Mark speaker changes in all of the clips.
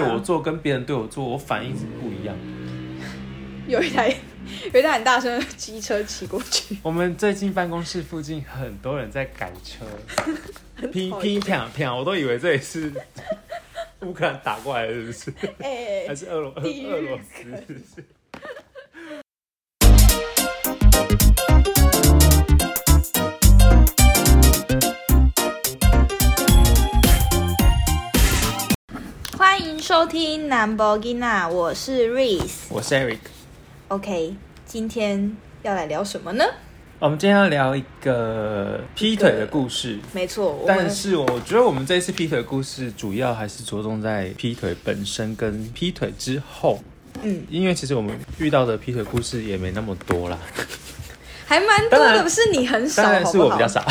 Speaker 1: 啊
Speaker 2: 做跟别人对我做，我反应是不一样的。
Speaker 1: 有一台 有一台很大声的机车骑过去，
Speaker 2: 我们最近办公室附近很多人在赶 车，
Speaker 1: 厌
Speaker 2: 乒乒乓乓，我都以为这里是 乌克兰打过来的，是不是？
Speaker 1: 哎、
Speaker 2: 还是俄罗俄
Speaker 1: 地狱
Speaker 2: 俄罗斯？是不是？
Speaker 1: 欢迎收听 Lamborghini，我是 Reese。
Speaker 2: 我是 Eric，
Speaker 1: OK，今天要来聊什么呢？
Speaker 2: 我们今天要聊一个劈腿的故事。
Speaker 1: 没错，我
Speaker 2: 但
Speaker 1: 们
Speaker 2: 是我觉得我们这次劈腿故事主要还是着重在劈腿本身跟劈腿之后，
Speaker 1: 嗯
Speaker 2: 因为其实我们遇到的劈腿故事也没那么多啦，
Speaker 1: 还蛮多
Speaker 2: 当然
Speaker 1: 的，不是你很少，
Speaker 2: 当然是我
Speaker 1: 好不好
Speaker 2: 比较傻，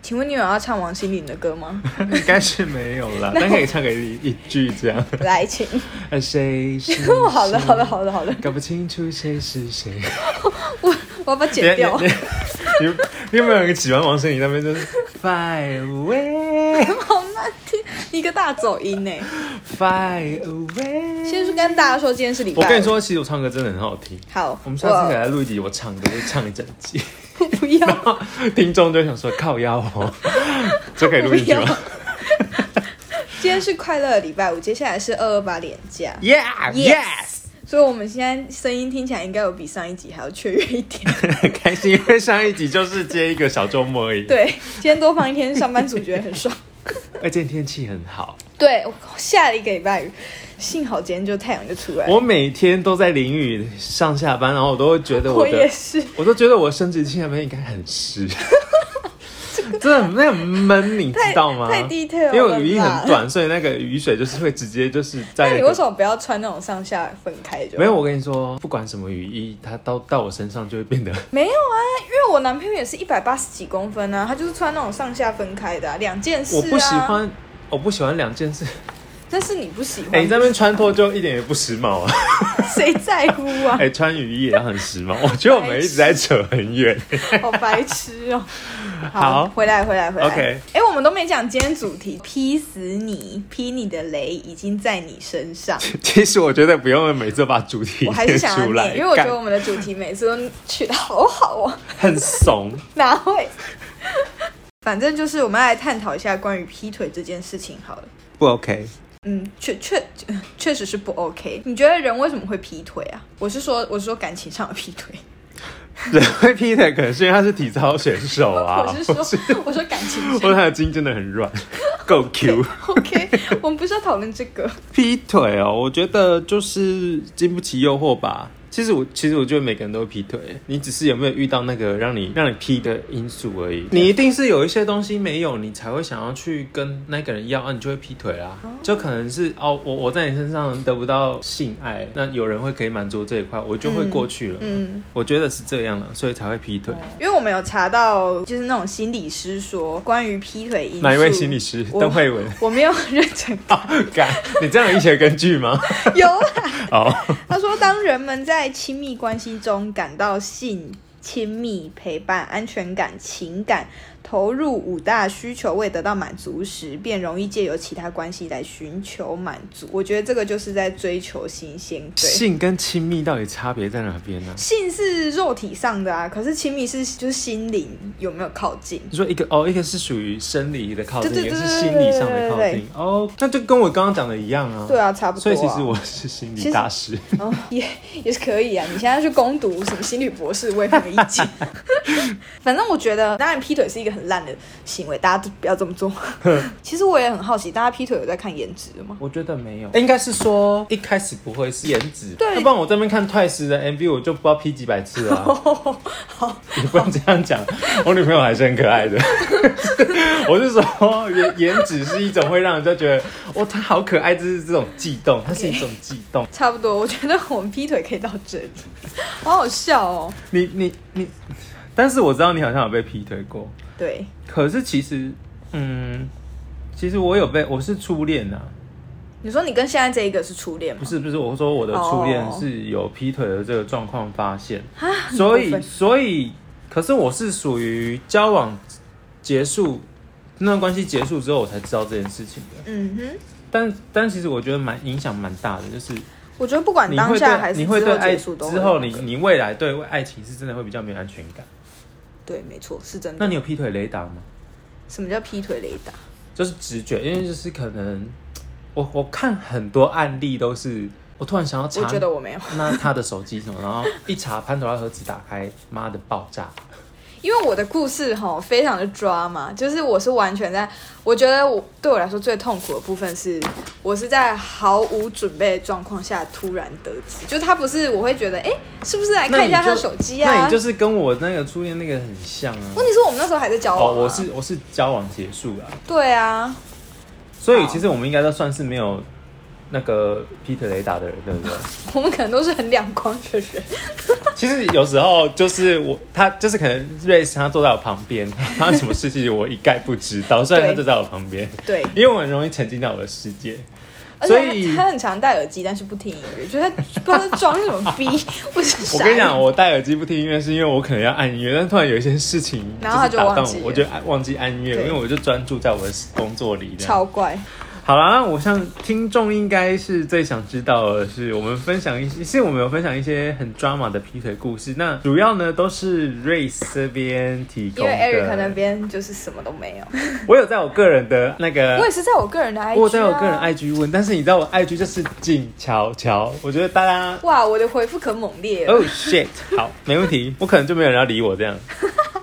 Speaker 1: 请问你有要唱王心凌的歌 吗？
Speaker 2: 应该是没有啦，但可以唱给你一句这样。
Speaker 1: 来，请。
Speaker 2: 啊谁是
Speaker 1: 好了，
Speaker 2: 谁
Speaker 1: 好了，，好了，好了，
Speaker 2: 搞不清楚谁是谁。
Speaker 1: 我要把它 剪掉。
Speaker 2: 你 你你你有没有人喜欢王心凌那边就是 Fly away,
Speaker 1: 好难听，一个大走音呢。
Speaker 2: fly away？
Speaker 1: 先是跟大家说，今天是礼拜。
Speaker 2: 我跟你，说，其实我唱歌真的很好听。
Speaker 1: 好，
Speaker 2: 我们下次可以来录一集，我唱歌就唱一整集，
Speaker 1: 我 不要，
Speaker 2: 听众就想说靠腰 哦，这可以录一集
Speaker 1: 我不
Speaker 2: 吗
Speaker 1: 要 今天是快乐的礼拜五，接下来是二二八连假，
Speaker 2: ？Yeah
Speaker 1: Yes
Speaker 2: yes，
Speaker 1: 所以我们现在声音听起来应该有比上一集还要雀跃 一点。
Speaker 2: 开心，因为上一集就是接一个小周末而已。，
Speaker 1: 对，今天多放一天，上班族觉得很 爽。
Speaker 2: 而且天气很好，
Speaker 1: 对，我下一个礼拜，幸好今天就太阳就出来了。
Speaker 2: 我每天都在淋雨上下班，然后我都会觉得我
Speaker 1: 我
Speaker 2: 的，
Speaker 1: 也是，
Speaker 2: 我都觉得我生殖器那边应该很湿。 真的那很闷，你知道吗？
Speaker 1: 太太 detail
Speaker 2: 因为我雨衣
Speaker 1: 了吧
Speaker 2: 很短，所以那个雨水就是会直接就是在、
Speaker 1: 那
Speaker 2: 那
Speaker 1: 你
Speaker 2: 个
Speaker 1: 为什么不要穿那种上下分开就？
Speaker 2: 没有，，我跟你说，不管什么雨衣，它到到我身上就会变得
Speaker 1: 没有啊，因为我男朋友也是一百八十几公分啊，他就是穿那种上下分开的、啊，两件事、啊。
Speaker 2: 我不喜，欢，我不喜欢两件事。
Speaker 1: 但是你不喜欢，
Speaker 2: 哎、你在那边穿脱就一点也不时髦啊！
Speaker 1: 谁在乎啊
Speaker 2: 哎、？穿雨衣也要很时髦。我觉得我们一直在扯很远。
Speaker 1: 好白痴哦、
Speaker 2: 好
Speaker 1: 回来，回来，回来。
Speaker 2: OK
Speaker 1: 哎、我们都没讲今天主题，劈死你，劈你的雷已经在你身上。
Speaker 2: 其实我觉得不用每次把主题
Speaker 1: 我还是
Speaker 2: 列
Speaker 1: 想要
Speaker 2: 出来，
Speaker 1: 念，因为我觉
Speaker 2: 干
Speaker 1: 得我们的主题每次都取得好好哦、
Speaker 2: 很怂。
Speaker 1: 哪会？ 反正就是我们要来探讨一下关于劈腿这件事情好了。
Speaker 2: 不 OK，
Speaker 1: 嗯，确确确实是不 OK。你觉得人为什么会劈腿啊？我是说，我是说感情上的劈腿。
Speaker 2: 人会劈腿，可能是因为他是体操选手啊，
Speaker 1: 我是说，我说感情
Speaker 2: 或
Speaker 1: 上。
Speaker 2: 者他的筋真的很软，够 Q。
Speaker 1: OK，我们不是要讨论这个。
Speaker 2: 劈腿哦，我觉得就是经不起诱惑吧。其实我其实我觉得每个人都会劈腿，你只是有没有遇到那个让你让你劈的因素而已。你一定是有一些东西没有，你才会想要去跟那个人要，啊，你就会劈腿啦。就可能是哦，我我在你身上得不到性爱，那有人会可以满足这一块，我就会过去了。
Speaker 1: 嗯，哦
Speaker 2: 我觉得是这样了，所以才会劈腿。
Speaker 1: 因为我们有查到，就是那种心理师说关于劈腿因素，
Speaker 2: 哪一位心理师？
Speaker 1: 我
Speaker 2: 邓慧文。
Speaker 1: 我没有认真 看，
Speaker 2: 啊，敢？你这样有医学根据吗？
Speaker 1: 有啊。
Speaker 2: 哦，
Speaker 1: 他说，当人们在亲密关系中感到性、亲密、陪伴、安全感、情感投入五大需求未得到满足时，便容易借由其他关系来寻求满足。我觉得这个就是在追求新鲜，对。
Speaker 2: 性跟亲密到底差别在哪边呢、啊
Speaker 1: 性是肉体上的啊，可是亲密是就是心灵有没有靠近？
Speaker 2: 你说一个哦，一个是属于生理的靠近，
Speaker 1: 对
Speaker 2: 一
Speaker 1: 对
Speaker 2: 个
Speaker 1: 对
Speaker 2: 是心理上的靠
Speaker 1: 对对对
Speaker 2: 近。哦，那就跟我刚刚讲的一样啊。
Speaker 1: 对啊，差不
Speaker 2: 所
Speaker 1: 多、啊。
Speaker 2: 以其实我是心理大师，
Speaker 1: 哦， 也也是可以啊。你现在去攻读什么心理博士，我也没有意见。 反正我觉得，当然劈腿是一个很烂的行为，大家都不要这 么做。其实我也很好奇，大家劈腿有在看颜值的吗？
Speaker 2: 我觉得没有，应该是说一开始不会是颜值，
Speaker 1: 对
Speaker 2: 要不然我这边看 Twice 的 MV，我就不知道 P 几百次了、 啊。你不能这样讲，我女朋友还是很可爱 的。我是说，颜颜值是一种会让人家觉得，哦，她好可爱，这是这种悸动，它是一种悸动。
Speaker 1: 差不多，我觉得我们劈腿可以到这里，好好笑哦。
Speaker 2: 你你你，但是我知道你好像有被劈腿过，
Speaker 1: 对，
Speaker 2: 可是其实，嗯，其实我有被，我是初恋呐、
Speaker 1: 你说你跟现在这一个是初恋吗
Speaker 2: 不？是不是，我说我的初恋
Speaker 1: 哦
Speaker 2: 是有劈腿的这个状况发现，所
Speaker 1: 过
Speaker 2: 以
Speaker 1: 分
Speaker 2: 所以，可是我是属于交往结束那段关系结束之后，我才知道这件事情的。
Speaker 1: 嗯哼，
Speaker 2: 但但其实我觉得蛮影响蛮大的，就是
Speaker 1: 我觉得不管
Speaker 2: 你
Speaker 1: 当
Speaker 2: 会
Speaker 1: 下还
Speaker 2: 对
Speaker 1: 是
Speaker 2: 你会
Speaker 1: 之
Speaker 2: 对
Speaker 1: 后
Speaker 2: 爱
Speaker 1: 结束都会
Speaker 2: 之后你你未来对爱情是真的会比较没有安全感。
Speaker 1: 对，没错，是真的。
Speaker 2: 那你有劈腿雷达吗？
Speaker 1: 什么叫劈腿雷达？
Speaker 2: 就是直觉，因为就是可能我我看很多案例都是，我突然想要查
Speaker 1: 我觉得我没有，
Speaker 2: 那他的手机什么，然后一查潘朵拉盒子打开，妈的爆炸。
Speaker 1: 啊因为我的故事哈非常的抓嘛，就是我是完全在，我觉得我对我来说最痛苦的部分是，我是在毫无准备的状况下突然得知，就他不是，我会觉得哎、诶是不是来看一下
Speaker 2: 那
Speaker 1: 他的
Speaker 2: 你就
Speaker 1: 手机
Speaker 2: 那
Speaker 1: 啊
Speaker 2: 你？就是跟我那个初恋那个很像啊。
Speaker 1: 问题是我们那时候还在交往、啊
Speaker 2: 哦，我是我是交往结束了，
Speaker 1: 对啊，
Speaker 2: 所以
Speaker 1: 好
Speaker 2: 其实我们应该都算是没有那个劈腿雷达的人，对不对？
Speaker 1: 我们可能都是很两光的人，
Speaker 2: 其实有时候就是我，他就是可能瑞斯他坐在我旁边，发生什么事情我一概不知道，虽然他
Speaker 1: 对
Speaker 2: 就在我旁边，
Speaker 1: 对，
Speaker 2: 因为我很容易沉浸到我的世界。
Speaker 1: 而
Speaker 2: 所
Speaker 1: 且
Speaker 2: 以
Speaker 1: 他他很常戴耳机，但是不听音乐，就是他不知道在装什么逼，我是
Speaker 2: 我
Speaker 1: 傻眼
Speaker 2: 跟你讲，我戴耳机不听音乐是因为我可能要按音乐，但突然有一些事情
Speaker 1: 然后他
Speaker 2: 就是
Speaker 1: 就
Speaker 2: 打断
Speaker 1: 忘记
Speaker 2: 我，
Speaker 1: 了
Speaker 2: 我就按忘记按音乐，
Speaker 1: 对
Speaker 2: 因为我就专注在我的工作里。这样
Speaker 1: 超怪。
Speaker 2: 好啦，那我想听众应该是最想知道的是，我们分享一些，是我们有分享一些很 drama 的劈腿故事。那主要呢都是 Race 这边提
Speaker 1: 因
Speaker 2: 供
Speaker 1: 为
Speaker 2: 的。
Speaker 1: Eric 那边就是什么都没有，
Speaker 2: 我有在我个人的那个
Speaker 1: 我也。是在我个人的 IG，、啊、
Speaker 2: 呃我有在我个人 IG 问，但是你知道我 IG 就是静悄悄，我觉得大家
Speaker 1: 哇，我的回复可猛烈了。
Speaker 2: Oh shit，好，没问题，我可能就没有人要理我这样。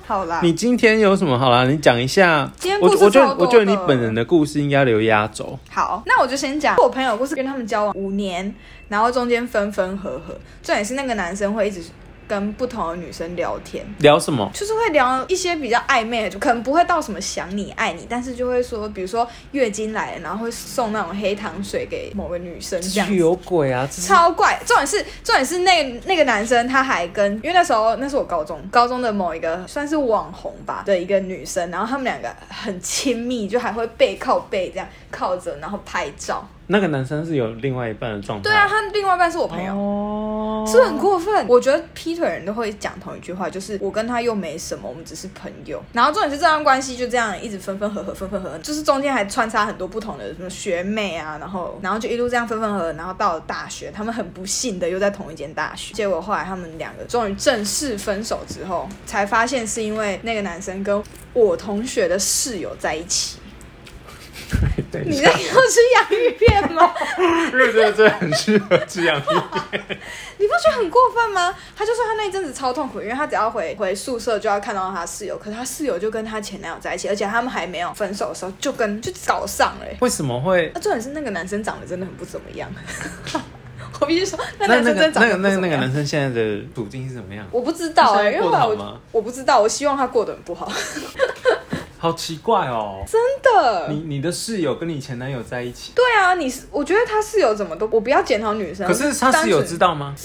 Speaker 1: 好啦，
Speaker 2: 你今天有什么好啦？你讲一下
Speaker 1: 今天。
Speaker 2: 我
Speaker 1: 故事
Speaker 2: 我觉
Speaker 1: 超
Speaker 2: 得
Speaker 1: 多
Speaker 2: 我觉得
Speaker 1: 的
Speaker 2: 你本人的故事应该留压轴。
Speaker 1: 好，那我就先讲我朋友故事，跟他们交往五年，然后中间分分合合，重点是那个男生会一直跟不同的女生聊天。
Speaker 2: 聊什么？
Speaker 1: 就是会聊一些比较暧昧的，就可能不会到什么想你爱你，但是就会说，比如说月经来了，然后会送那种黑糖水给某个女生这样子。
Speaker 2: 有鬼啊！这是
Speaker 1: 超怪。重点是，重点是那那个男生他还跟，因为那时候那是我高中高中的某一个算是网红吧的一个女生，然后他们两个很亲密，就还会背靠背这样靠着，然后拍照。
Speaker 2: 那个男生是有另外一半的状态。
Speaker 1: 对啊，，他另外一半是我朋友。
Speaker 2: 哦，
Speaker 1: 是不是很过分，我觉得劈腿人都会讲同一句话，就是我跟他又没什么，我们只是朋友。然后重点是这段关系就这样一直分分合合，分分合合，就是中间还穿插很多不同的什么学妹啊，然后然后就一路这样分分合合，然后到了大学，他们很不幸的又在同一间大学。结果后来他们两个终于正式分手之后，才发现是因为那个男生跟我同学的室友在一起。
Speaker 2: 对
Speaker 1: 你在给我吃洋芋片吗？
Speaker 2: 对对对，很适合这 样。
Speaker 1: 你不觉得很过分吗？他就说他那一阵子超痛苦，因为他只要回回宿舍就要看到他室友，可是他室友就跟他前男友在一起，而且他们还没有分手的时候就跟就搞上了欸、
Speaker 2: 为什么会？
Speaker 1: 啊，重点是那个男生长得真的很不怎么样， 我必须说那
Speaker 2: 那
Speaker 1: 男
Speaker 2: 那
Speaker 1: 生
Speaker 2: 个
Speaker 1: 真的长
Speaker 2: 那
Speaker 1: 得
Speaker 2: 个
Speaker 1: 不
Speaker 2: 那个
Speaker 1: 怎
Speaker 2: 那
Speaker 1: 么
Speaker 2: 个
Speaker 1: 样。
Speaker 2: 男生现在的处境是怎么样？
Speaker 1: 我不知道
Speaker 2: 那
Speaker 1: 哎、因
Speaker 2: 现在
Speaker 1: 为后
Speaker 2: 过得
Speaker 1: 来
Speaker 2: 好
Speaker 1: 我
Speaker 2: 吗
Speaker 1: 我不知道，我希望他过得很不好。
Speaker 2: 好奇怪哦。
Speaker 1: 真的
Speaker 2: 你，你的室友跟你前男友在一起，
Speaker 1: 对啊，你是我觉得他室友怎么都我不要检讨女生，
Speaker 2: 可是他室友知
Speaker 1: 道，啊
Speaker 2: 道吗？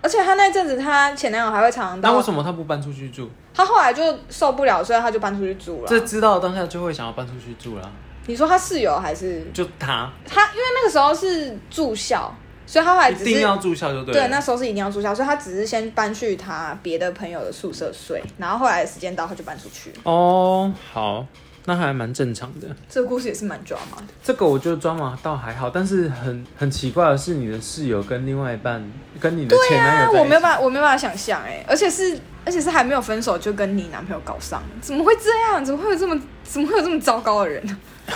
Speaker 1: 而且他那一阵子他前男友还会常常
Speaker 2: 那为
Speaker 1: 到，
Speaker 2: 什么他不搬出去住？
Speaker 1: 他后来就受不了，所以他就搬出去住了。
Speaker 2: 这知道当下就会想要搬出去住了。
Speaker 1: 你说他室友还是
Speaker 2: 就他
Speaker 1: 他？因为那个时候是住校，所以他后来
Speaker 2: 一
Speaker 1: 哎只
Speaker 2: 定
Speaker 1: 是
Speaker 2: 要住校就对了。
Speaker 1: 对那时候是一定要住校，所以他只是先搬去他别的朋友的宿舍睡，然后后来时间到他就搬出去了。
Speaker 2: 哦，好，那还蛮正常的。
Speaker 1: 这个故事也是蛮抓马的，
Speaker 2: 这个我觉得抓马倒还好，但是很很奇怪的是，你的室友跟另外一半跟你的前男
Speaker 1: 啊，
Speaker 2: 友在一起，
Speaker 1: 我没有办法，我没有办法想象哎、而且是而且是还没有分手就跟你男朋友搞上，怎么会这样？怎么会有这么怎么会有这么糟糕的人呢？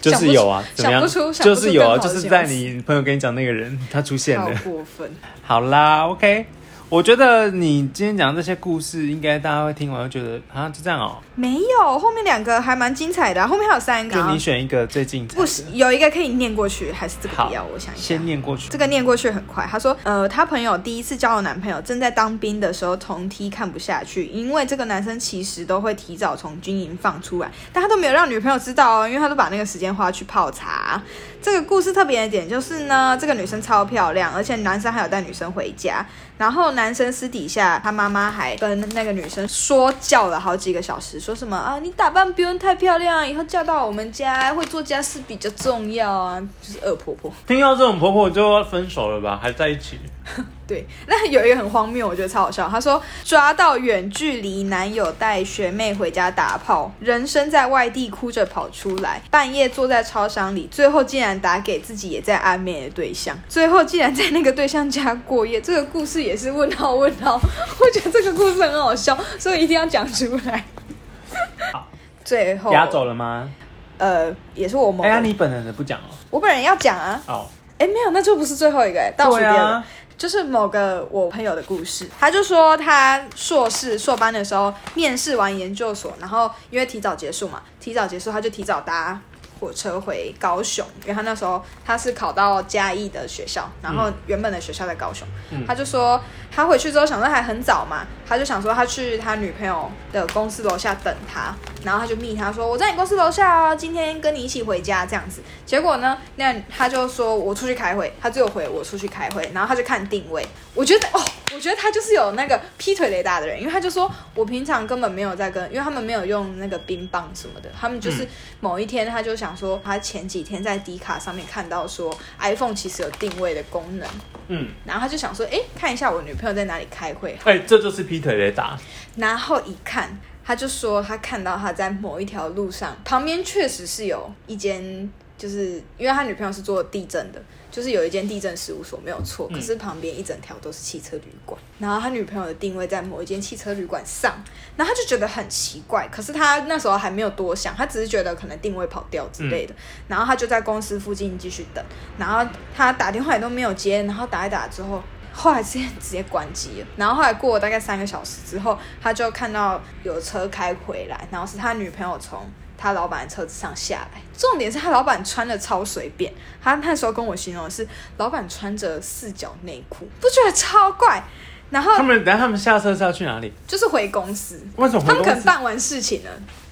Speaker 2: 就是有啊，怎么
Speaker 1: 想
Speaker 2: 样？
Speaker 1: 不出，想
Speaker 2: 就
Speaker 1: 不出
Speaker 2: 是有啊，
Speaker 1: 更好
Speaker 2: 就
Speaker 1: 的
Speaker 2: 是
Speaker 1: 形
Speaker 2: 在
Speaker 1: 容词
Speaker 2: 你朋友跟你讲那个人，他出现
Speaker 1: 好
Speaker 2: 了。
Speaker 1: 过分。
Speaker 2: 好啦，OK，我觉得你今天讲这些故事，应该大家会听完会觉得啊，就这样哦、
Speaker 1: 没有，后面两个还蛮精彩的啊、后面还有三个、
Speaker 2: 就
Speaker 1: 啊
Speaker 2: 你，选一个最近
Speaker 1: 不行，有一个可以念过去，还是这个
Speaker 2: 好
Speaker 1: 不要？我想一下
Speaker 2: 先。念过去。
Speaker 1: 这个念过去很快。她说，呃，她朋友第一次交的男朋友正在当兵的时候，同梯看不下去，因为这个男生其实都会提早从军营放出来，但他都没有让女朋友知道哦，因为他都把那个时间花去泡茶。这个故事特别的点就是呢，这个女生超漂亮，而且男生还有带女生回家。然后男生私底下，他妈妈还跟那个女生说教了好几个小时，说什么啊，你打扮不用太漂亮，以后嫁到我们家会做家事比较重要啊，就是恶婆婆。
Speaker 2: 听到这种婆婆就要分手了吧？还在一起？
Speaker 1: 对， 那有一个很荒谬，我觉得超好笑。他说抓到远距离男友带学妹回家打炮，人生在外地哭着跑出来，半夜坐在超商里，最后竟然打给自己也在暧昧的对象， 最后竟然在那个对象家过夜。这个故事也是问号问号，我觉得这个故事很好笑，所以一定要讲出来。 最后，
Speaker 2: 压走了吗？
Speaker 1: 呃，也是我们、
Speaker 2: 哎呀，你本人的不讲哦。
Speaker 1: 我本人要讲啊，
Speaker 2: 哦，
Speaker 1: 哎，没有，那就不是最后一个，哎倒数
Speaker 2: 对
Speaker 1: 第二个。
Speaker 2: 啊，
Speaker 1: 就是某个我朋友的故事，他就说他硕士硕班的时候面试完研究所，然后因为提早结束嘛，提早结束他就提早搭火车回高雄，因为他那时候他是考到嘉义的学校，然后原本的学校在高雄，
Speaker 2: 嗯
Speaker 1: 他就说他回去之后想说还很早嘛，他就想说他去他女朋友的公司楼下等他，然后他就密他说我在你公司楼下啊，今天跟你一起回家这样子，结果呢，那他就说我出去开会，他只有回我出去开会，然后他就看定位。我觉得哦，我觉得他就是有那个劈腿雷达的人，因为他就说我平常根本没有在跟，因为他们没有用那个冰棒什么的，他们就是某一天他就想说，他前几天在迪卡上面看到说 iPhone 其实有定位的功能，
Speaker 2: 嗯，
Speaker 1: 然后他就想说，哎，看一下我女朋友在哪里开会，
Speaker 2: 哎、这就是劈腿雷达。
Speaker 1: 然后一看，他就说他看到他在某一条路上旁边确实是有一间，就是因为他女朋友是做地震的，就是有一间地震事务所没有错，
Speaker 2: 嗯
Speaker 1: 可是旁边一整条都是汽车旅馆，然后他女朋友的定位在某一间汽车旅馆上，然后他就觉得很奇怪，可是他那时候还没有多想，他只是觉得可能定位跑掉之类的，然后他就在公司附近继续等，然后他打电话也都没有接，然后打一打之后，后来直接直接关机了。然后后来过了大概三个小时之后，他就看到有车开回来，然后是他女朋友从他老板的车子上下来。重点是他老板穿的超随便，他那时候跟我形容的是老板穿着四角内裤，不觉得超怪？然后
Speaker 2: 他们等下他们下车是要去哪里？
Speaker 1: 就是回公司，
Speaker 2: 为什么回
Speaker 1: 他们
Speaker 2: 公
Speaker 1: 可能
Speaker 2: 司？
Speaker 1: 办完事情了。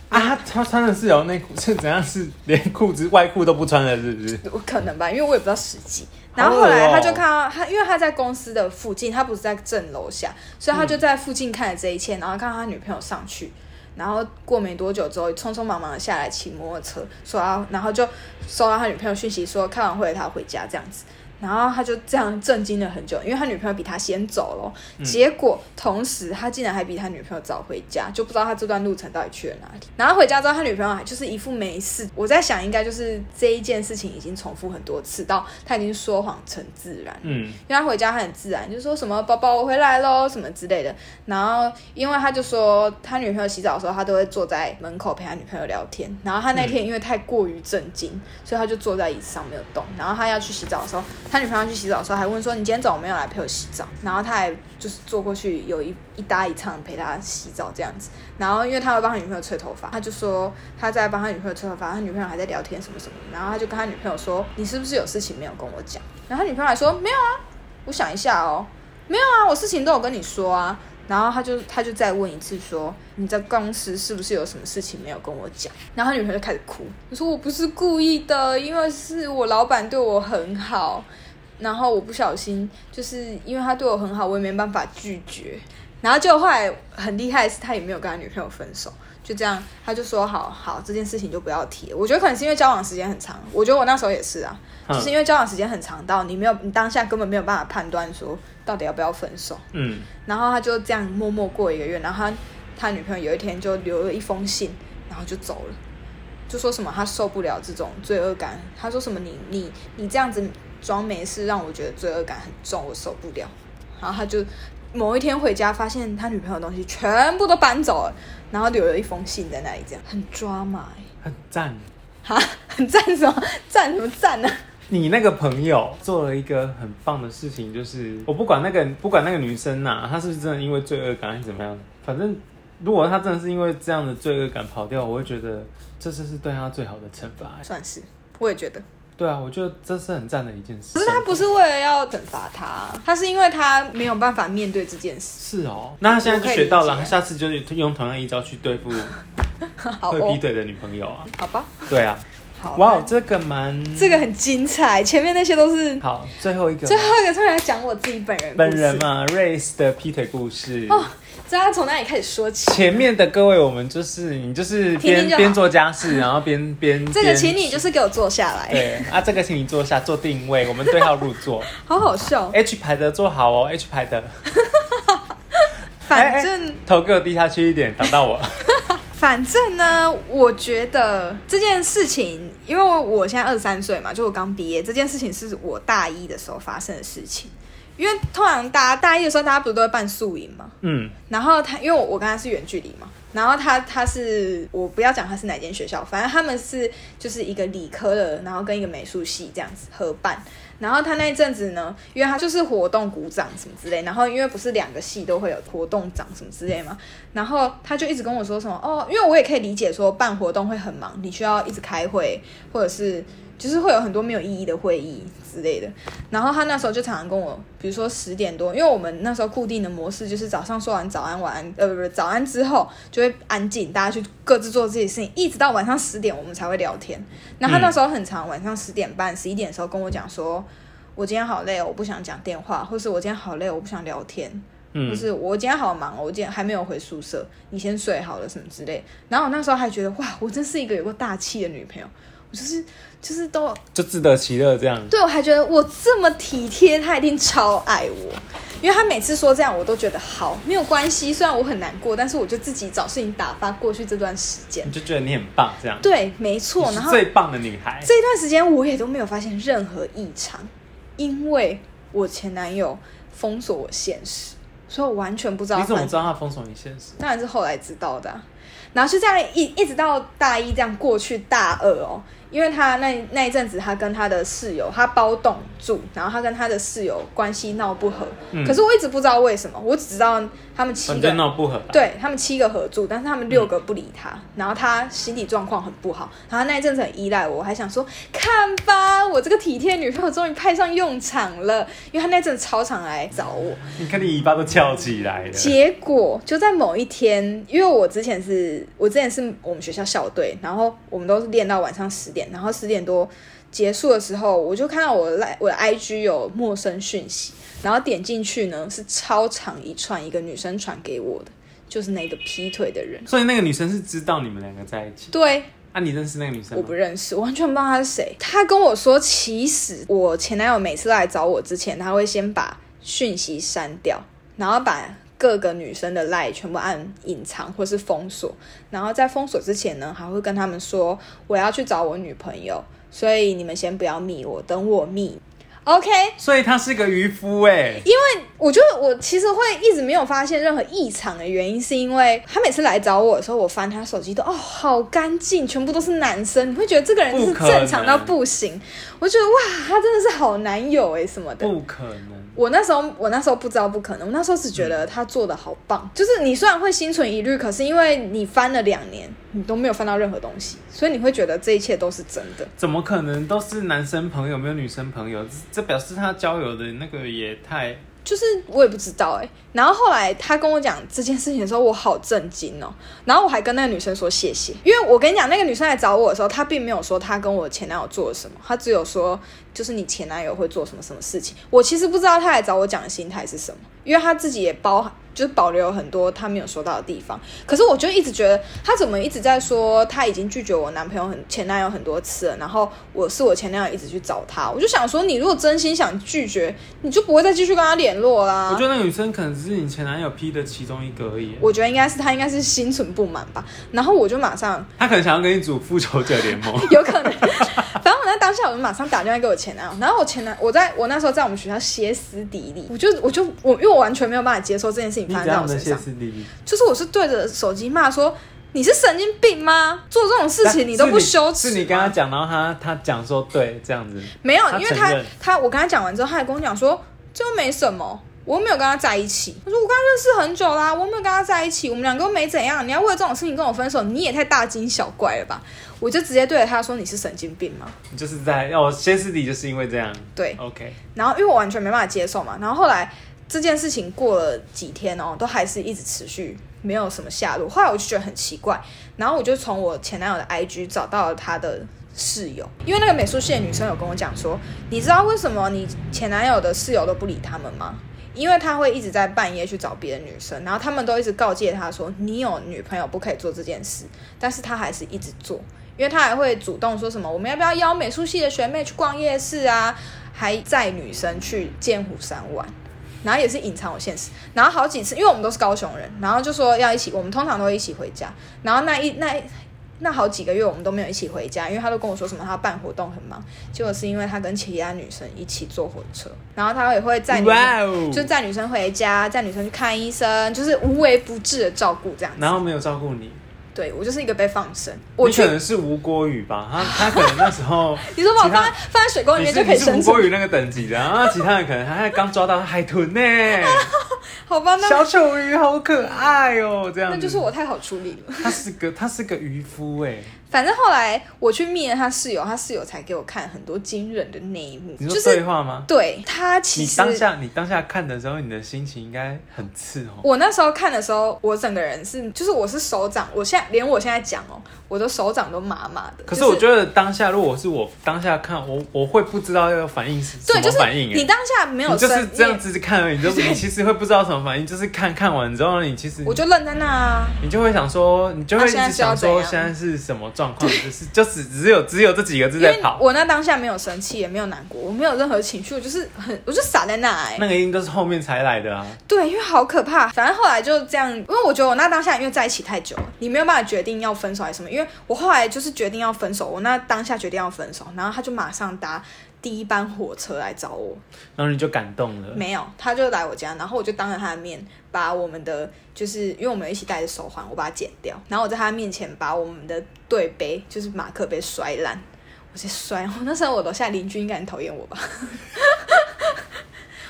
Speaker 2: 啊，他他穿的是有内裤，是怎样？是连裤子外裤都不穿了，是不是？
Speaker 1: 我可能吧，因为我也不知道实际。然后后来
Speaker 2: 好恶哦
Speaker 1: 他就看到他，因为他在公司的附近，他不是在正楼下，所以他就在附近看了这一切，然后看到他女朋友上去，然后过没多久之后，匆匆忙忙的下来骑摩托车，说要，然后就收到他女朋友讯息说开完会他回家这样子，然后他就这样震惊了很久，因为他女朋友比他先走了，结果同时他竟然还比他女朋友早回家，就不知道他这段路程到底去了哪里。然后回家之后，他女朋友还就是一副没事。我在想，应该就是这一件事情已经重复很多次，到他已经说谎成自然。
Speaker 2: 嗯，
Speaker 1: 因为他回家他很自然，就说什么“宝宝，我回来喽”什么之类的。然后，因为他就说他女朋友洗澡的时候，他都会坐在门口陪他女朋友聊天。然后他那天因为太过于震惊，所以他就坐在椅子上没有动。然后他要去洗澡的时候，他女朋友要去洗澡的时候还问说：“你今天早上没有来陪我洗澡？”然后他还就是坐过去有一一搭一唱陪他洗澡这样子。然后因为他会帮他女朋友吹头发，他就说他在帮他女朋友吹头发，他女朋友还在聊天什么什么。然后他就跟他女朋友说：“你是不是有事情没有跟我讲？”然后他女朋友还说：“没有啊。”我想一下哦，没有啊，我事情都有跟你说啊。然后他就他就再问一次说，你在公司是不是有什么事情没有跟我讲？然后他女朋友就开始哭，我说我不是故意的，因为是我老板对我很好，然后我不小心就是因为他对我很好，我也没办法拒绝。然后就后来很厉害的是，他也没有跟他女朋友分手，就这样他就说好好这件事情就不要提了。我觉得可能是因为交往时间很长，我觉得我那时候也是啊，
Speaker 2: 嗯
Speaker 1: 就是因为交往时间很长到你没有，你当下根本没有办法判断说到底要不要分手。
Speaker 2: 嗯，
Speaker 1: 然后他就这样默默过一个月，然后他他女朋友有一天就留了一封信，然后就走了，就说什么他受不了这种罪恶感，他说什么你你你这样子装没事，让我觉得罪恶感很重，我受不了。然后他就某一天回家，发现他女朋友的东西全部都搬走了，然后留了一封信在那里，这样很抓马、欸，
Speaker 2: 很赞。
Speaker 1: 哈，很赞什么赞什么赞呢、
Speaker 2: 你那个朋友做了一个很棒的事情，就是我不管那个不管那个女生呐、她是不是真的因为罪恶感还是怎么样，反正如果她真的是因为这样的罪恶感跑掉，我会觉得这次是对她最好的惩罚。
Speaker 1: 算是，我也觉得。
Speaker 2: 对啊，我觉得这是很赞的一件事。
Speaker 1: 可是他不是为了要惩罚他，他是因为他没有办法面对这件事。
Speaker 2: 是哦，那她现在就学到了，
Speaker 1: 我
Speaker 2: 她
Speaker 1: 可以理解
Speaker 2: 下次就是用同样一招去对付
Speaker 1: 好
Speaker 2: 会劈
Speaker 1: 哦，
Speaker 2: 腿的女朋友啊。
Speaker 1: 好吧，
Speaker 2: 对啊，
Speaker 1: 好。
Speaker 2: 哇，这个蛮
Speaker 1: 那这个很精彩，前面那些 都是。
Speaker 2: 好，最后一个
Speaker 1: 最后一个突然讲我自己本人，
Speaker 2: 本人？嘛，Race 的劈腿故事。
Speaker 1: 哦，这要从哪里开始说起？
Speaker 2: 前面的各位，我们就是你就是边
Speaker 1: 听就好
Speaker 2: 边做家事，然后边边
Speaker 1: 这个，
Speaker 2: 边
Speaker 1: 请你就是给我坐下来，
Speaker 2: 对啊，这个请你坐下做定位，我们对号入 座
Speaker 1: 好好笑。哦
Speaker 2: ，H 牌的坐好哦，H 牌的哎
Speaker 1: 反正
Speaker 2: 头给我低下去一点，挡到我。
Speaker 1: 反正呢，我觉得这件事情，因为我现在二十三岁嘛，就我刚毕业，这件事情是我大一的时候发生的事情。因为通常大家大一的时候，大家不是都会办宿营嘛，
Speaker 2: 嗯，
Speaker 1: 然后他，因为我我跟他是远距离嘛，然后他他是我不要讲他是哪间学校，反正他们是就是一个理科的，然后跟一个美术系这样子合办。然后他那一阵子呢，因为他就是活动鼓掌什么之类，然后因为不是两个系都会有活动长什么之类嘛，然后他就一直跟我说什么哦，因为我也可以理解说办活动会很忙，你需要一直开会，或者是就是会有很多没有意义的会议之类的。然后他那时候就常常跟我，比如说十点多，因为我们那时候固定的模式就是早上说完早安晚安，呃不不，早安之后就会安静，大家去各自做自己的事情，一直到晚上十点我们才会聊天。那他那时候很长，晚上十点半、十一点的时候跟我讲说，我今天好累哦，我不想讲电话，或是我今天好累哦，我不想聊天。
Speaker 2: 嗯
Speaker 1: 就是我今天好忙哦，我今天还没有回宿舍，你先睡好了什么之类。然后我那时候还觉得哇，我真是一个有过大气的女朋友，我就是就是都
Speaker 2: 就自得其乐这样。
Speaker 1: 对，我还觉得我这么体贴，他一定超爱我，因为他每次说这样，我都觉得好没有关系。虽然我很难过，但是我就自己找事情打发过去这段时间
Speaker 2: 你。就觉得你很棒，这样。
Speaker 1: 对，没错。
Speaker 2: 你
Speaker 1: 然
Speaker 2: 是
Speaker 1: 后
Speaker 2: 最棒的女孩。
Speaker 1: 这一段时间我也都没有发现任何异常，因为我前男友封锁我现实，所以我完全不知道
Speaker 2: 你
Speaker 1: 他
Speaker 2: 怎么知道她封锁你现实？
Speaker 1: 当然是后来知道的啊、然后就这样一一直到大一这样过去大二哦，因为他那那一阵子他跟他的室友他包栋住，然后他跟他的室友关系闹不和，
Speaker 2: 嗯
Speaker 1: 可是我一直不知道为什么，我只知道他们七
Speaker 2: 反
Speaker 1: 个
Speaker 2: 正
Speaker 1: 人。
Speaker 2: 闹不合。，啊
Speaker 1: 对他们七个合住，但是他们六个不理他，然后他心理状况很不好，然后他那一阵子很依赖我，我还想说，看吧，我这个体贴女朋友终于派上用场了，因为他那阵子超常来找我，
Speaker 2: 你看你尾巴都翘起来了。
Speaker 1: 结果就在某一天，因为我之前是我之前是我们学校校队，然后我们都是练到晚上十点，然后十点多结束的时候，我就看到我的来我的 IG 有陌生讯息，然后点进去呢是超长一串一个女生传给我的，就是那个劈腿的人。
Speaker 2: 所以那个女生是知道你们两个在一起。
Speaker 1: 对，
Speaker 2: 啊，你认识那个女生
Speaker 1: 我
Speaker 2: 吗？
Speaker 1: 不认识，我完全不知道他是谁。他跟我说，其实我前男友每次来找我之前，他会先把讯息删掉，然后把各个女生的 line 全部按隐藏或是封锁，然后在封锁之前呢，还会跟他们说我要去找我女朋友，所以你们先不要密我，等我密。OK，
Speaker 2: 所以她是个渔夫哎。
Speaker 1: 我觉得我其实会一直没有发现任何异常的原因，是因为他每次来找我的时候，我翻他手机都哦好干净，全部都是男生，你会觉得这个人就是
Speaker 2: 不可能
Speaker 1: 正常到不行。我觉得哇，他真的是好男友哎什么的。
Speaker 2: 不可能。
Speaker 1: 我那时候我那时候不知道不可能，我那时候只觉得他做的好棒，就是你虽然会心存疑虑，可是因为你翻了两年，你都没有翻到任何东西，所以你会觉得这一切都是真的。
Speaker 2: 怎么可能都是男生朋友没有女生朋友？这这表示她交友的那个也太……
Speaker 1: 就是我也不知道哎、然后后来他跟我讲这件事情的时候，我好震惊哦、然后我还跟那个女生说谢谢，因为我跟你讲，那个女生来找我的时候，她并没有说她跟我前男友做了什么，她只有说就是你前男友会做什么什么事情。我其实不知道她来找我讲的心态是什么，因为她自己也包含就是保留很多她没有说到的地方。可是我就一直觉得她怎么一直在说她已经拒绝我男朋友很前男友很多次了，然后我是我前男友一直去找她，我就想说你如果真心想拒绝，你就不会再继续跟他联络啦。
Speaker 2: 我觉得那个女生可能只是你前男友劈的其中一个而已欸。
Speaker 1: 我觉得应该是他应该是心存不满吧，然后我就马上
Speaker 2: 她可能想要跟你组复仇者联 盟。
Speaker 1: 有可能，反正我在当下我就马上打电话给我前男友，然后我前男我在我那时候在我们学校歇斯底里，我就我就我因为我完全没有办法接受这件事情
Speaker 2: 你
Speaker 1: 发
Speaker 2: 怎
Speaker 1: 生在
Speaker 2: 样
Speaker 1: 我
Speaker 2: 的
Speaker 1: 身
Speaker 2: 歇
Speaker 1: 上，
Speaker 2: 斯底里？
Speaker 1: 就是我是对着手机骂说你是神经病吗？做这种事情你都不羞耻
Speaker 2: 是
Speaker 1: 吗？
Speaker 2: 你跟他讲，然后他他讲说对这样子，
Speaker 1: 没有
Speaker 2: 他，
Speaker 1: 因为
Speaker 2: 承
Speaker 1: 他
Speaker 2: 认
Speaker 1: 他我跟他讲完之后，他还跟我讲说这又没什么，我又没有跟他在一起。我说我跟他认识很久啦，我又没有跟他在一起，我们两个又没怎样。你要为了这种事情跟我分手，你也太大惊小怪了吧？我就直接对着他说你是神经病吗？
Speaker 2: 你就是在哦歇斯底里就是因为这样。
Speaker 1: 对，
Speaker 2: OK，
Speaker 1: 然后因为我完全没办法接受嘛，然后后来这件事情过了几天哦，都还是一直持续，没有什么下落。后来我就觉得很奇怪，然后我就从我前男友的 IG 找到了他的室友，因为那个美术系的女生有跟我讲说，你知道为什么你前男友的室友都不理他们吗？因为他会一直在半夜去找别的女生，然后他们都一直告诫他说：“你有女朋友不可以做这件事。”但是他还是一直做，因为他还会主动说什么：“我们要不要邀美术系的学妹去逛夜市啊？”还载女生去剑湖山玩，然后也是隐藏我现实。然后好几次，因为我们都是高雄人，然后就说要一起，我们通常都会一起回家。然后那一那一那好几个月我们都没有一起回家，因为他都跟我说什么他办活动很忙，结果是因为他跟其他女生一起坐火车，然后他也会载女
Speaker 2: 哇哦
Speaker 1: 生，就载女生回家，载女生去看医生，就是无微不至的照顾这样子。
Speaker 2: 然后没有照顾你，
Speaker 1: 对我就是一个被放生，我
Speaker 2: 你
Speaker 1: 去
Speaker 2: 可，能是吴郭宇吧，他他可能那时候
Speaker 1: 你 说把我
Speaker 2: 其他
Speaker 1: 放在放在水沟
Speaker 2: 你
Speaker 1: 里面
Speaker 2: 是
Speaker 1: 就可以
Speaker 2: 你是
Speaker 1: 生
Speaker 2: 吴
Speaker 1: 存
Speaker 2: 郭，宇那个等级的，然后其他人可能还刚抓到海豚呢、
Speaker 1: 好吧？那
Speaker 2: 小丑鱼好可爱哦、这样
Speaker 1: 那
Speaker 2: 子
Speaker 1: 就是我太好处理了。
Speaker 2: 他是个他是个渔夫哎、
Speaker 1: 反正后来我去灭了他室友，他室友才给我看很多惊人的那一幕，
Speaker 2: 你
Speaker 1: 就
Speaker 2: 说
Speaker 1: 是
Speaker 2: 对话吗？
Speaker 1: 对他其
Speaker 2: 你
Speaker 1: 实
Speaker 2: 当下你当下看的时候，你的心情应该很刺哦、
Speaker 1: 我那时候看的时候，我整个人是就是我是手掌，我现在连我现在讲哦、我的手掌都麻麻的。
Speaker 2: 可是
Speaker 1: 就
Speaker 2: 我觉得当下，如果是我当下看，我我会不知道要反应是什
Speaker 1: 对，
Speaker 2: 么
Speaker 1: 就是
Speaker 2: 反应、欸。
Speaker 1: 你当下没有
Speaker 2: 你就
Speaker 1: 生，
Speaker 2: 是这样
Speaker 1: 你
Speaker 2: 子看而已，你就是你其实会不知道什么反应，就是看看完之后，你其实
Speaker 1: 也，我就愣在那啊。
Speaker 2: 你就会想说，你就会
Speaker 1: 啊
Speaker 2: 一
Speaker 1: 现在
Speaker 2: 直想
Speaker 1: 是要
Speaker 2: 说
Speaker 1: 怎样
Speaker 2: 现在是什么状况，就是就只只有只有这几个字
Speaker 1: 因
Speaker 2: 在
Speaker 1: 为
Speaker 2: 跑，
Speaker 1: 我那当下没有生气，也没有难过，我没有任何情绪，我就是很，我就傻在那哎、
Speaker 2: 那个音都是后面才来的啊。
Speaker 1: 对，因为好可怕。反正后来就这样，因为我觉得我那当下因为在一起太久了，你没有办法决定要分手还是什么。因为我后来就是决定要分手，我那当下决定要分手，然后他就马上搭第一班火车来找我，
Speaker 2: 然后你就感动了，
Speaker 1: 没有，他就来我家，然后我就当着他的面把我们的就是因为我们有一起戴着手环，我把它剪掉，然后我在他面前把我们的对杯就是马克杯摔烂，我直接摔，我那时候我楼下邻居应该很讨厌我吧，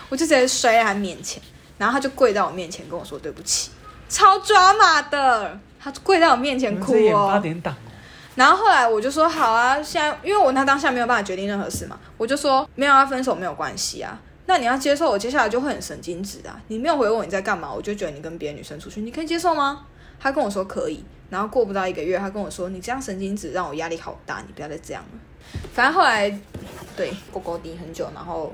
Speaker 1: 我就直接摔在他面前，然后他就跪在我面前跟我说对不起，超抓马的，他跪在我面前
Speaker 2: 你们
Speaker 1: 哭
Speaker 2: 在演
Speaker 1: 哦
Speaker 2: 八，点档哦，
Speaker 1: 然后后来我就说好啊，现在因为我那当下没有办法决定任何事嘛，我就说没有要分手没有关系啊。那你要接受我接下来就会很神经质啊！你没有回我你在干嘛，我就觉得你跟别的女生出去，你可以接受吗？他跟我说可以，然后过不到一个月，他跟我说你这样神经质让我压力好大，你不要再这样了。反正后来对勾勾滴很久，然后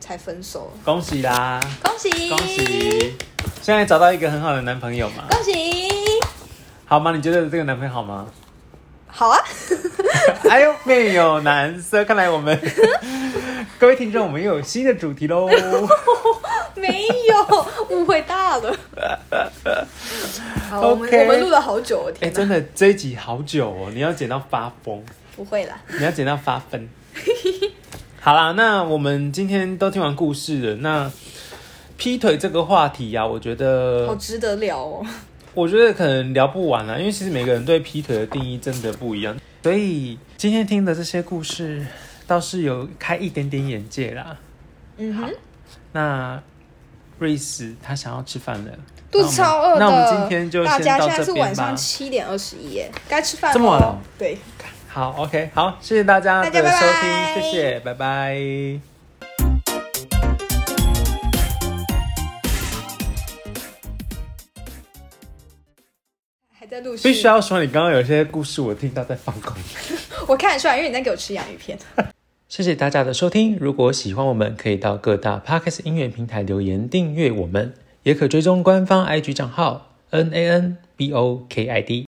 Speaker 1: 才分手了。
Speaker 2: 恭喜啦，
Speaker 1: 恭喜
Speaker 2: 恭喜！现在找到一个很好的男朋友嘛？
Speaker 1: 恭喜！
Speaker 2: 好吗？你觉得这个男朋友好吗？
Speaker 1: 好啊，
Speaker 2: 哎呦，没有男色，看来我们 各位听众，我们又有新的主题喽。
Speaker 1: 没有 误会大了。好，我们
Speaker 2: OK
Speaker 1: 我们录了好久哦，
Speaker 2: 哎、
Speaker 1: 天哪！
Speaker 2: 真的这一集好久哦，你要剪到发疯，
Speaker 1: 不会啦，
Speaker 2: 你要剪到发疯。 好啦，那我们今天都听完故事了，那。劈腿这个话题呀、啊，我觉
Speaker 1: 好
Speaker 2: 得，
Speaker 1: 值得聊哦。
Speaker 2: 我觉得可能聊不完啦、啊因为其实每个人对劈腿的定义真的不一样，所以今天听的这些故事倒是有开一点点眼界啦。
Speaker 1: 嗯哼，
Speaker 2: 那瑞斯他想要吃饭了，
Speaker 1: 肚子超饿的。
Speaker 2: 那我们今天就
Speaker 1: 大
Speaker 2: 先
Speaker 1: 家
Speaker 2: 到
Speaker 1: 现在
Speaker 2: 这
Speaker 1: 是
Speaker 2: 边
Speaker 1: 晚
Speaker 2: 吧
Speaker 1: 上。七点二十一，耶，该吃饭
Speaker 2: 这么晚
Speaker 1: 喽
Speaker 2: 了。
Speaker 1: 对，
Speaker 2: 好，OK，好，谢谢大家的
Speaker 1: 大
Speaker 2: 收听，
Speaker 1: 家拜拜
Speaker 2: 谢谢，拜拜。
Speaker 1: 还在录
Speaker 2: 必须
Speaker 1: 续。
Speaker 2: 要说，你刚刚有些故事我听到在放空。
Speaker 1: 我看得出来，因为你在给我吃洋芋片。
Speaker 2: 谢谢大家的收听，如果喜欢我们，可以到各大 Podcast 音乐平台留言订阅我们，也可追踪官方 IG 账号 N A N B O K I D。